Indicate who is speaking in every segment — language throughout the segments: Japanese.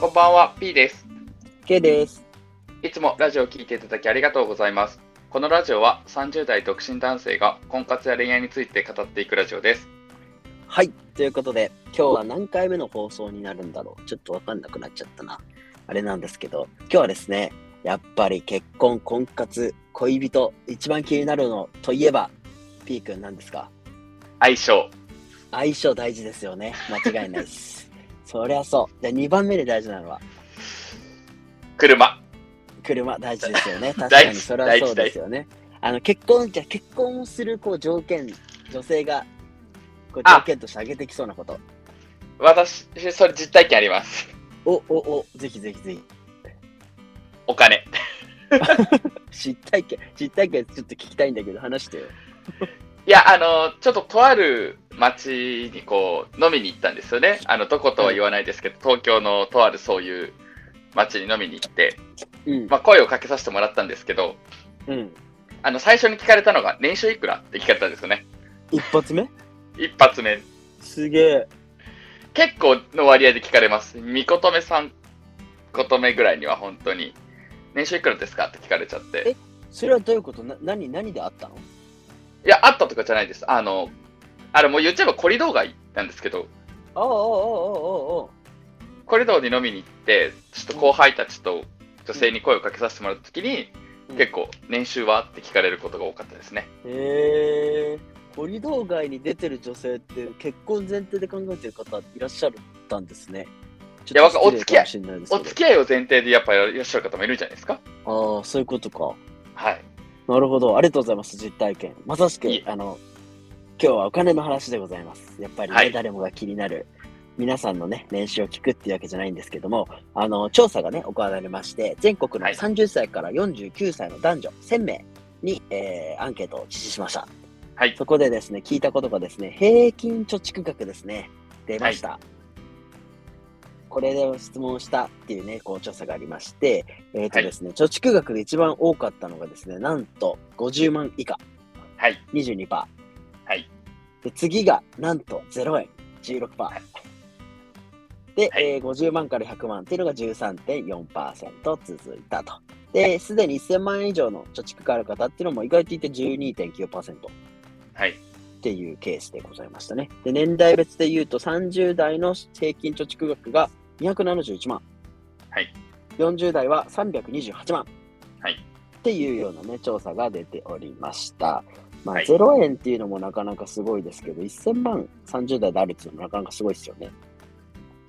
Speaker 1: こんばんは、P です。
Speaker 2: K です。
Speaker 1: いつもラジオを聞いていただきありがとうございます。このラジオは30代独身男性が婚活や恋愛について語っていくラジオです。
Speaker 2: はい。ということで、今日は何回目の放送になるんだろう。ちょっとわかんなくなっちゃったな。あれなんですけど、今日はですね、やっぱり結婚、婚活、恋人、一番気になるのといえば、P 君なんですか
Speaker 1: 相性。
Speaker 2: 相性大事ですよね。間違いな いです。そりゃそう。じゃあ2番目で大事なのは、
Speaker 1: 車。
Speaker 2: 車大事です よね。確
Speaker 1: 大
Speaker 2: か
Speaker 1: 事
Speaker 2: にそれはそうですよね。あの結婚じゃあ結婚をするこう条件、女性がこう
Speaker 1: あ
Speaker 2: 条件として挙げてきそうなこと。
Speaker 1: 私、それ実体験あります。
Speaker 2: おおおぜひぜひぜひ。
Speaker 1: お金。
Speaker 2: 実体験実体験ちょっと聞きたいんだけど話してよ。
Speaker 1: いや、あの、ちょっととある町にこう、飲みに行ったんですよね。あの、どことは言わないですけど、東京のとあるそういう町に飲みに行って、
Speaker 2: うん
Speaker 1: まあ、声をかけさせてもらったんですけど、
Speaker 2: うん。
Speaker 1: あの、最初に聞かれたのが、年収いくらって聞かれたんですよね。
Speaker 2: 一発目？
Speaker 1: 一発目。
Speaker 2: すげえ。
Speaker 1: 結構の割合で聞かれます。みことめさんことめぐらいには本当に、年収いくらですかって聞かれちゃって。
Speaker 2: それはどういうこと？な何何であったの？
Speaker 1: いや、あったとかじゃないです。あの、あれもう言っちゃえばコリドー街なんですけど、
Speaker 2: ああああああああ
Speaker 1: コリドーに飲みに行って、ちょっと後輩たちと女性に声をかけさせてもらった時に、
Speaker 2: うん
Speaker 1: 結構、年収はって聞かれることが多かったですね。
Speaker 2: へえ。コリドー街に出てる女性って結婚前提で考えてる方いらっしゃったんですね。ち
Speaker 1: いやわかお付き合い
Speaker 2: 失礼かもしれないですけ
Speaker 1: お
Speaker 2: ど
Speaker 1: 付き合いを前提でやっぱりいらっしゃる方もいるんじゃないですか。
Speaker 2: ああそういうことか。
Speaker 1: はい。
Speaker 2: なるほどありがとうございます実体験。まさしく
Speaker 1: いえ
Speaker 2: あの今日はお金の話でございます。やっぱり、ね
Speaker 1: はい
Speaker 2: 誰もが気になる皆さんのね年収を聞くっていうわけじゃないんですけどもあの調査がね行われまして全国の
Speaker 1: はい
Speaker 2: 30歳から49歳の男女1000名に、えーアンケートを実施しました。
Speaker 1: はい。
Speaker 2: そこでですね、聞いたことがですね、平均貯蓄額ですね、出ました。これで質問したっていうね、こう調査がありまして、えっ、と
Speaker 1: はい
Speaker 2: ですね、貯蓄額で一番多かったのがですね、なんと50万以下、
Speaker 1: はい。。
Speaker 2: 22%。はいで、次がなんと0円、16%。
Speaker 1: い
Speaker 2: で、
Speaker 1: はい
Speaker 2: えー50万から100万っていうのが13.4%続いたと。で、すでに1000万円以上の貯蓄がある方っていうのも意外といて12.9%。
Speaker 1: はい。
Speaker 2: っていうケースでございましたね。で、年代別で言うと30代の平均貯蓄額が271万。
Speaker 1: はい。
Speaker 2: 40代は328万。
Speaker 1: はい。
Speaker 2: っていうようなね、調査が出ておりました。まあ、
Speaker 1: はい
Speaker 2: 0円っていうのもなかなかすごいですけど、1000万30代であるっていうのもなかなかすごいですよね。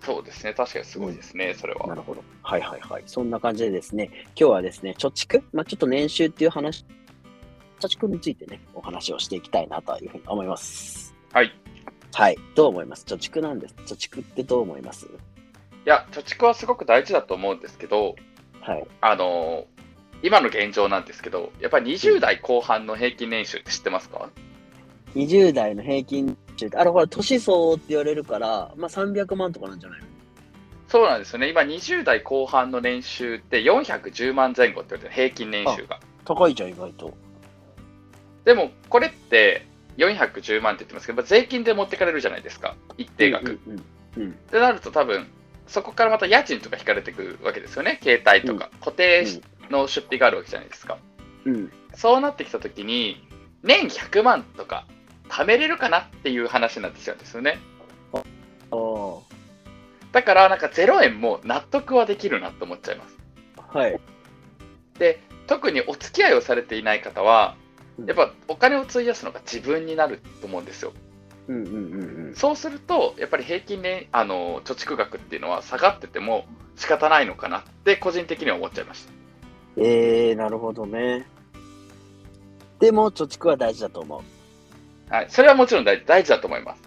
Speaker 1: そうですね。確かにすごいですね、それは
Speaker 2: な。るほど。はいはいはい。そんな感じでですね、今日はですね、貯蓄、まあ、ちょっと年収っていう話、貯蓄についてね、お話をしていきたいなというふうに思います。
Speaker 1: はい。
Speaker 2: はい。どう思います貯蓄なんです。貯蓄ってどう思います
Speaker 1: いや、貯蓄はすごく大事だと思うんですけど、
Speaker 2: はい。
Speaker 1: あの今の現状なんですけど、やっぱり20代後半の平均年収って知ってますか
Speaker 2: 20代の平均中あれほら、年相応って言われるから、まあ、300万とかなんじゃないの
Speaker 1: そうなんですよね、今、20代後半の年収って410万前後って言われてる、平均年収が。
Speaker 2: 高いじゃん、意外と。
Speaker 1: でも、これって410万って言ってますけど、まあ税金で持ってかれるじゃないですか、一定額。っ
Speaker 2: うんうんうん。
Speaker 1: てなると、多分そこからまた家賃とか引かれてくわけですよね、携帯とか、固定の出費があるわけじゃないですか。
Speaker 2: うん。うん。
Speaker 1: そうなってきたときに、年100万とか貯めれるかなっていう話になってきちゃうんですよね。
Speaker 2: ああ。
Speaker 1: だからなんか0円も納得はできるなと思っちゃいます
Speaker 2: はい。
Speaker 1: で特にお付き合いをされていない方は
Speaker 2: うん
Speaker 1: やっぱお金を費やすのが自分になると思うんですよ
Speaker 2: うんうんうんうん。
Speaker 1: そうするとやっぱり平均年あの貯蓄額っていうのは下がってても仕方ないのかなって個人的には思っちゃいました
Speaker 2: えー、なるほどね。でも、貯蓄は大事だと思う。
Speaker 1: はい、それはもちろん大大事だと思います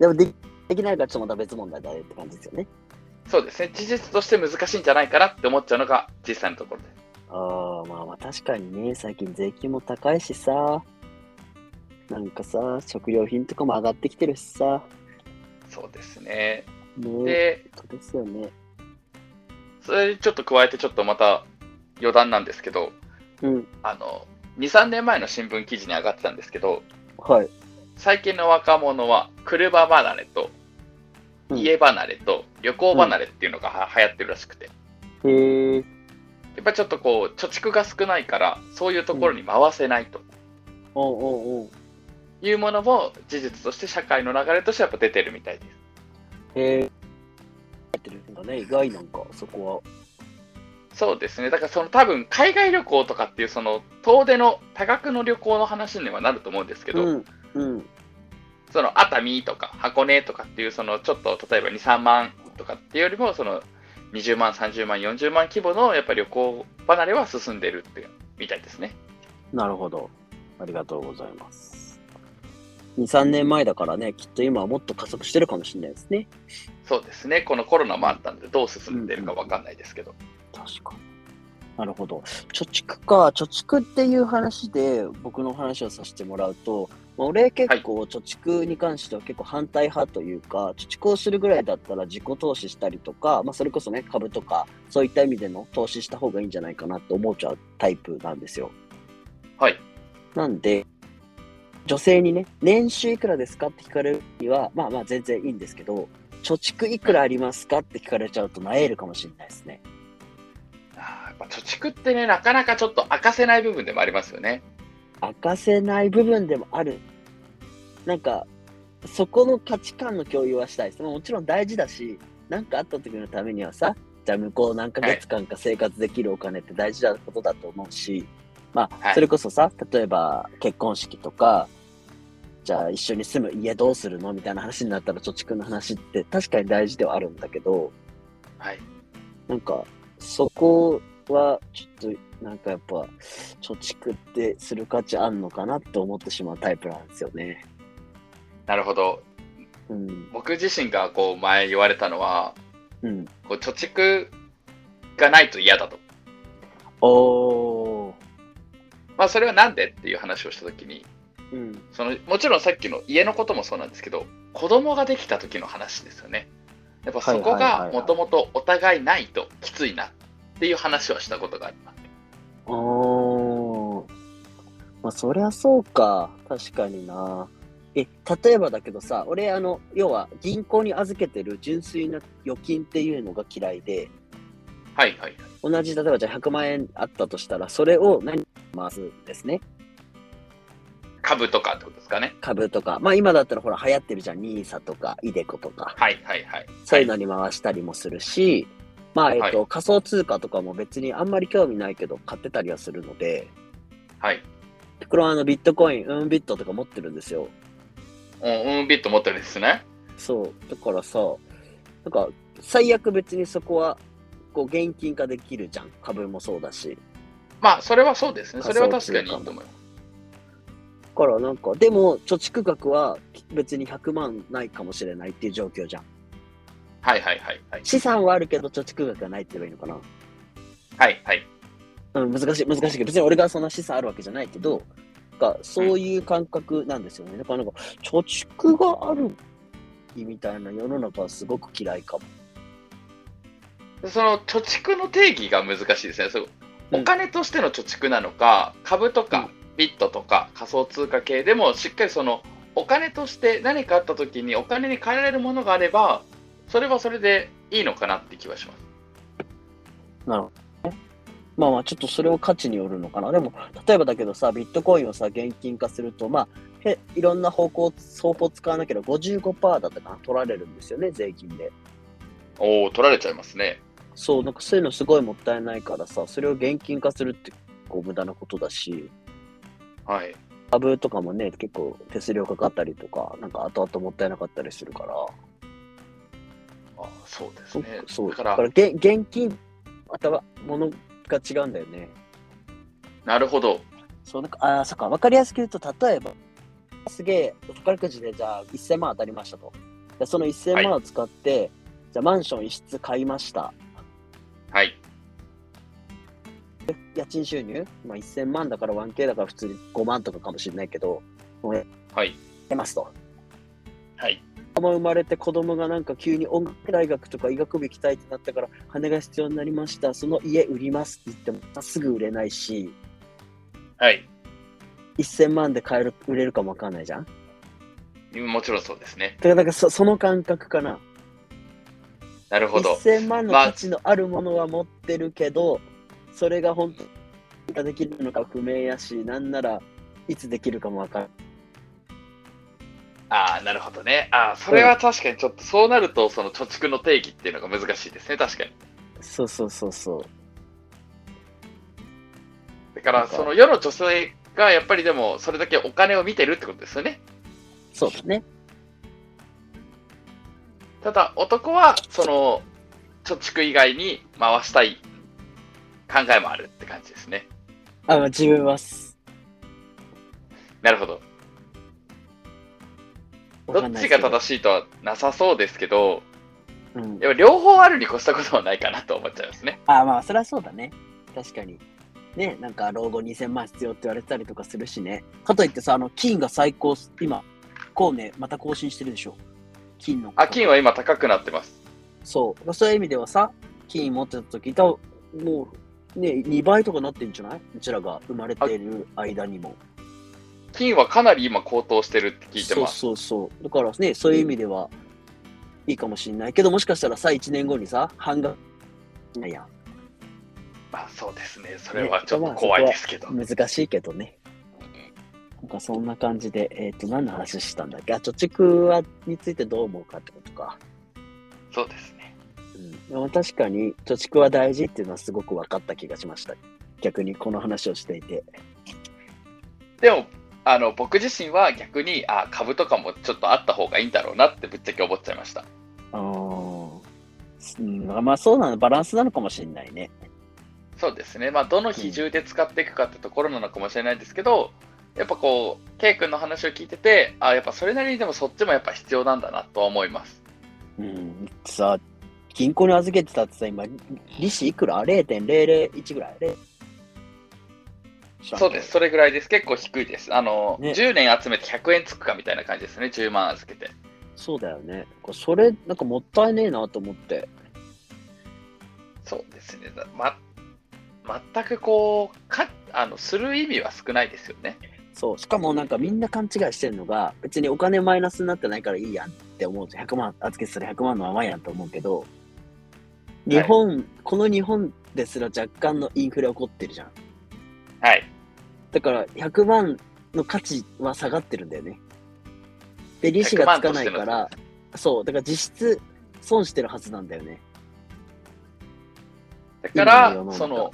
Speaker 2: でもで、できないからちょっとまた別問題だよって感じですよね。
Speaker 1: そうですね事実として難しいんじゃないかなって思っちゃうのが実際のところで
Speaker 2: あーまあまあ確かにね、最近税金も高いしさ、なんかさ、食料品とかも上がってきてるしさ、
Speaker 1: そうですね
Speaker 2: ね
Speaker 1: で
Speaker 2: そうですよね。
Speaker 1: それにちょっと加えてちょっとまた余談なんですけど
Speaker 2: うん、
Speaker 1: あの23年前の新聞記事に上がってたんですけど
Speaker 2: はい。
Speaker 1: 最近の若者は車離れと
Speaker 2: うん
Speaker 1: 家離れと旅行離れっていうのがは流行ってるらしくて、や
Speaker 2: へえ。
Speaker 1: っぱちょっとこう、貯蓄が少ないから、そういうところに回せないと
Speaker 2: おうおうおう。
Speaker 1: いうものも、事実として社会の流れとしてやっぱ出てるみたいです。
Speaker 2: へえ。やってるんだね。意外なんか、そこは。
Speaker 1: そうですね、だからその多分海外旅行とかっていう、その遠出の多額の旅行の話にはなると思うんですけど、
Speaker 2: うん。うん。
Speaker 1: その熱海とか箱根とかっていう、そのちょっと例えば2、3万とかっていうよりも、その20万、30万、40万規模のやっぱ旅行離れは進んでるっていうみたいですね。
Speaker 2: なるほど。ありがとうございます。2、3年前だからね、きっと今はもっと加速してるかもしれないですね。
Speaker 1: そうですね、このコロナもあったんで、どう進んでるかわかんないですけど、
Speaker 2: 確かに。なるほど。貯蓄か。貯蓄っていう話で僕の話をさせてもらうと、まあ、俺結構貯蓄に関しては結構反対派というか、貯蓄をするぐらいだったら自己投資したりとか、まあ、それこそね、株とか、そういった意味での投資した方がいいんじゃないかなって思っちゃうタイプなんですよ。
Speaker 1: はい。
Speaker 2: なんで、女性にね、年収いくらですかって聞かれるには、まあまあ全然いいんですけど、貯蓄いくらありますかって聞かれちゃうと、なえるかもしれないですね。
Speaker 1: あーやっぱ貯蓄ってね、なかなかちょっと明かせない部分でもありますよね。
Speaker 2: 明かせない部分でもあるなんかそこの価値観の共有はしたいですもちろん大事だし何かあった時のためにはさじゃあ向こう何ヶ月間か生活できるお金って大事なことだと思うし、ま
Speaker 1: は
Speaker 2: あ
Speaker 1: い
Speaker 2: それこそさ例えば結婚式とかじゃあ一緒に住む家どうするのみたいな話になったら貯蓄の話って確かに大事ではあるんだけど
Speaker 1: はい、
Speaker 2: なんかそこはちょっとなんかやっぱ貯蓄ってする価値あんのかなって思ってしまうタイプなんですよね。
Speaker 1: なるほど。
Speaker 2: うん。
Speaker 1: 僕自身がこう前言われたのは、
Speaker 2: うん。
Speaker 1: こう貯蓄がないと嫌だと。
Speaker 2: おー。
Speaker 1: まあ、それはなんでっていう話をしたときに、
Speaker 2: うん。
Speaker 1: そのもちろんさっきの家のこともそうなんですけど子供ができた時の話ですよねやっぱそこ
Speaker 2: はいはいはいは
Speaker 1: が
Speaker 2: い
Speaker 1: もともとお互いないときついなっていう話をしたことがあります
Speaker 2: おー。まあそりゃそうか。確かにな。え、例えばだけどさ、俺あの、要は銀行に預けてる純粋な預金っていうのが嫌いで、
Speaker 1: はいはいはい
Speaker 2: 同じ、例えばじゃあ100万円あったとしたら、それを何に回すんですね。
Speaker 1: 株とかってことですかね
Speaker 2: 株とか。まあ今だったらほら流行ってるじゃん。NISA とか、イデコとか。
Speaker 1: はいはいはい
Speaker 2: そういうのに回したりもするし、まあ、えっ、と、
Speaker 1: は
Speaker 2: 仮想通貨とかも別にあんまり興味ないけど買ってたりはするので、
Speaker 1: はい
Speaker 2: これはあのビットコイン、ウンビットとか持ってるんですよ。
Speaker 1: うんうんビット持ってるんですね
Speaker 2: そう。だからさ、なんか、最悪別にそこは、こう、現金化できるじゃん。株もそうだし。
Speaker 1: まあそれはそうですねそれは
Speaker 2: 仮
Speaker 1: 確
Speaker 2: 想
Speaker 1: か
Speaker 2: 通貨
Speaker 1: にいいと思います
Speaker 2: だからなんか、でも、貯蓄額は別に100万ないかもしれないっていう状況じゃん。
Speaker 1: はいはいはいはい
Speaker 2: 資産はあるけど、貯蓄額がないって言えばいいのかな。
Speaker 1: はいはい
Speaker 2: うん、難しい、難しいけど、別に俺がそんな資産あるわけじゃないけど、がそういう感覚なんですよね。だからなんか、貯蓄があるみたいな世の中はすごく嫌いかも。
Speaker 1: でその貯蓄の定義が難しいですねそう
Speaker 2: うん
Speaker 1: お金としての貯蓄なのか株とかビットとか仮想通貨系でもしっかりそのお金として何かあった時にお金に変えられるものがあればそれはそれでいいのかなって気はします
Speaker 2: なるほどね。まあまあ、ちょっとそれを価値によるのかな。でも、例えばだけどさ、ビットコインをさ、現金化すると、まあ、へいろんな方向、双方使わなければ55%だったかな、取られるんですよね、税金で。
Speaker 1: おお取られちゃいますね
Speaker 2: そう、なんかそういうのすごいもったいないからさ、それを現金化するって、こう、無駄なことだし。
Speaker 1: はい
Speaker 2: 株とかもね、結構手数料かかったりとか、なんか後々もったいなかったりするから、
Speaker 1: あそうです
Speaker 2: そ
Speaker 1: ね
Speaker 2: そう
Speaker 1: だ
Speaker 2: だ
Speaker 1: か
Speaker 2: からら現現金、または物が違うんだよね。
Speaker 1: なるほど
Speaker 2: そうなんかあーそっか、分かりやすく言うと、例えば、すげえ、宝くじでじゃあ1000万当たりましたと。でその1000万を使って、じゃあマンション一室買いました。
Speaker 1: はい
Speaker 2: 家賃収入、まあ、1000万だから 1K だから普通に5万とかかもしれないけど、
Speaker 1: はい
Speaker 2: 出ますと。
Speaker 1: はい
Speaker 2: 子供生まれて子供がなんか急に音楽大学とか医学部行きたいってなったから金が必要になりましたその家売りますって言ってもすぐ売れないし
Speaker 1: はい
Speaker 2: 1000万で買える売れるかもわかんないじゃんだか
Speaker 1: もちろんそうですね
Speaker 2: らなんかそその感覚かな
Speaker 1: なるほど。
Speaker 2: 1000万の価値のあるものは持ってるけど、それが本当にできるのか不明やし、なんならいつできるかもわからん。
Speaker 1: ああ、なるほどね。ああ、それは確かにちょっと、そうなると、その貯蓄の定義っていうのが難しいですね、確かに。
Speaker 2: そうそうそうそう。
Speaker 1: だから、
Speaker 2: なんか
Speaker 1: その世の女性がやっぱりでも、それだけお金を見てるってことですよね。
Speaker 2: そうだね。
Speaker 1: ただ、男は、その、貯蓄以外に回したい考えもあるって感じですね。
Speaker 2: あ、まあ、自分はす。
Speaker 1: なるほど。どっちが
Speaker 2: しい
Speaker 1: 正しいとはなさそうですけど、
Speaker 2: ですけど。うん
Speaker 1: やっぱ両方あるに越したことはないかなと思っちゃいますね。
Speaker 2: あまあ、そりゃそうだね。確かに。ね、なんか老後2000万必要って言われてたりとかするしね。かといってさ、あの、金が最高、今、こうね、また更新してるでしょ。金の価
Speaker 1: あ、
Speaker 2: 格。
Speaker 1: 金は今高くなってます。
Speaker 2: そう。そういう意味ではさ、金持ってた時が、もう、ね、2倍とかなってんじゃないうちらが生まれてる間にも。
Speaker 1: 金はかなり今高騰してるって聞いてます。
Speaker 2: そうそうそう。だからね、そういう意味では、いいかもしんないけど、もしかしたらさ、1年後にさ、半額、いやいや、
Speaker 1: まあそうですね。それはちょっと怖いですけど。
Speaker 2: 難しいけどね。なんかそんな感じで、えっ、と、何の話したんだっけあ、貯蓄はについてどう思うかってことか。
Speaker 1: そうですね。
Speaker 2: うん、でも確かに、貯蓄は大事っていうのはすごく分かった気がしました。逆にこの話をしていて。
Speaker 1: でも、あの僕自身は逆にあ株とかもちょっとあった方がいいんだろうなってぶっちゃけ思っちゃいました。
Speaker 2: あーうん、まあそうなの、バランスなのかもしれないね。
Speaker 1: そうですね、まあ、どの比重で使っていくかってところなのかもしれないですけど、やっぱこう、K 君の話を聞いてて、あやっぱそれなりにでもそっちもやっぱ必要なんだなとは思います。
Speaker 2: うん、さ、銀行に預けてたってさ、今、利子いくら ?0.001 ぐらい
Speaker 1: そうです、。それぐらいです、結構低いです。あの
Speaker 2: ね
Speaker 1: 10年集めて100円つくかみたいな感じですね、10万預けて。
Speaker 2: そうだよね。それ、なんかもったいねえなと思って。
Speaker 1: そうですね、だま全くこうかあの、する意味は少ないですよね。
Speaker 2: そう、しかもなんかみんな勘違いしてるのが、別にお金マイナスになってないからいいやんって思うと、100万預けてたら100万のままやんと思うけど、日本、この日本ですら若干のインフレ起こってるじゃん。
Speaker 1: はい、
Speaker 2: だから100万の価値は下がってるんだよね。で、利子
Speaker 1: 100
Speaker 2: が
Speaker 1: 万
Speaker 2: つか
Speaker 1: と
Speaker 2: な
Speaker 1: し
Speaker 2: い
Speaker 1: ての
Speaker 2: から、そう、だから実質損してるはずなんだよね。
Speaker 1: だか
Speaker 2: 今
Speaker 1: ら、
Speaker 2: の世の中
Speaker 1: その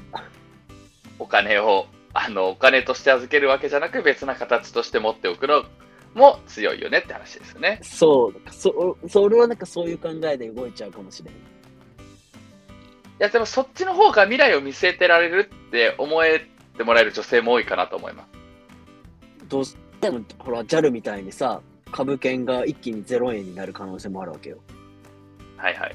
Speaker 1: お金をあのお金として預けるわけじゃなく、別な形として持っておくのも強いよねって話ですよね。
Speaker 2: そう、そそれはなんかそういう考えで動いちゃうかもしれない。
Speaker 1: いや、でもそっちの方が未来を見据えてられるって思えてもらえる女性も多いかなと思います。
Speaker 2: どうしてもほら JAL みたいにさ株券が一気に0円になる可能性もあるわけよ
Speaker 1: はいはい。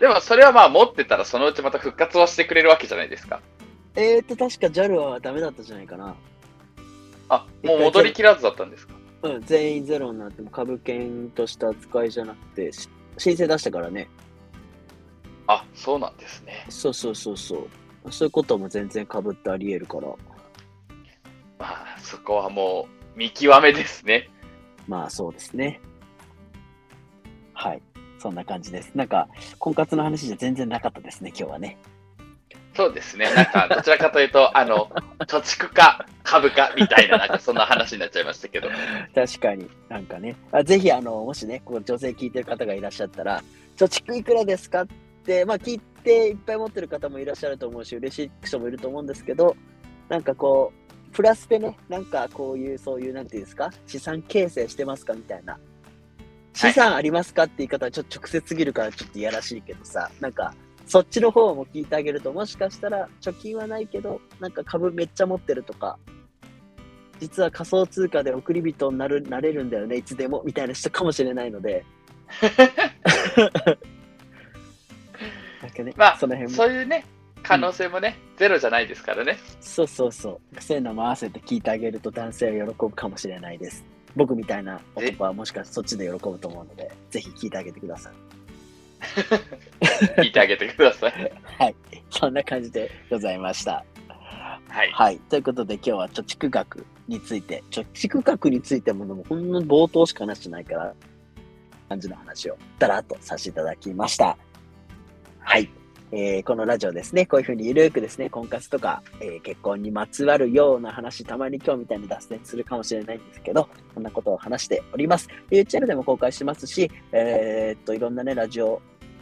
Speaker 1: でもそれはまあ持ってたらそのうちまた復活をしてくれるわけじゃないですか。
Speaker 2: えーっと確か JAL はダメだったじゃないかな
Speaker 1: あ、もう戻りきらずだったんですか。
Speaker 2: うん全員ゼロになっても株券とした扱いじゃなくてし申請出したからね
Speaker 1: あ、そうなんですね。
Speaker 2: そうそうそうそうそういうことも全然かぶってありえるから
Speaker 1: まあそこはもう見極めですね。
Speaker 2: まあそうですねはいそんな感じですなんか婚活の話じゃ全然なかったですね今日はね
Speaker 1: そうですね。なんかどちらかという と、あの、貯蓄か株かみたいな、なんかそんな話になっちゃいましたけど。
Speaker 2: 確かに、なんかね、あぜひあの、もしね、こう女性聞いてる方がいらっしゃったら、貯蓄いくらですかって、まあ、聞いていっぱい持ってる方もいらっしゃると思うし、嬉しい人もいると思うんですけど、なんかこう、プラスでね、なんかこういう、そういう、なんていうんですか、資産形成してますかみたいな、資産ありますかって言い方はちょっと直接すぎるから、ちょっといやらしいけどさ、なんか、そっちの方も聞いてあげると、もしかしたら貯金はないけど、なんか株めっちゃ持ってるとか、実は仮想通貨で送り人になるなれるんだよね、いつでもみたいな人かもしれないの で。なんかね、
Speaker 1: まあ
Speaker 2: その辺も
Speaker 1: そういうね、可能性もね、ゼロじゃないですからね。
Speaker 2: そうそうそう。そういうのも合わせて聞いてあげると男性は喜ぶかもしれないです。僕みたいな男はもしかしてそっちで喜ぶと思うので、ぜひ聞いてあげてください。
Speaker 1: 聞いてあげてください。
Speaker 2: はい。そんな感じでございました。
Speaker 1: はい。
Speaker 2: はい。ということで今日は貯蓄額について、貯蓄額についてもでもほんの冒頭しか話してないから、感じの話をだらっとさせていただきました。はい。えーこのラジオですね、こういうふうにゆるーくですね、婚活とか、えー結婚にまつわるような話、たまに今日みたいに脱線するかもしれないんですけど、こんなことを話しております。YouTube でも公開しますし、えーっと、いろんなね、ラジオ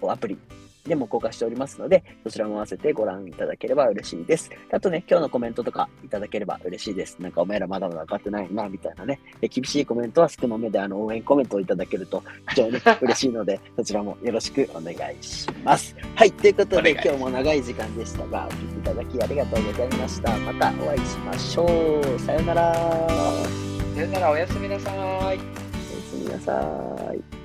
Speaker 2: アプリでも公開しておりますので、そちらも合わせてご覧いただければ嬉しいです。あとね、今日のコメントとかいただければ嬉しいです。なんかお前らまだまだ上がってないな、みたいなね。え厳しいコメントは少なめで、あの、応援コメントをいただけると非 常に嬉しいので、そちらもよろしくお願いします。はい、ということで、
Speaker 1: お願い
Speaker 2: 今日も長い時間でしたが、お聞きいただきありがとうございました。またお会いしましょう。さよなら。おや
Speaker 1: さよならおやすみなさーい
Speaker 2: すみなさい。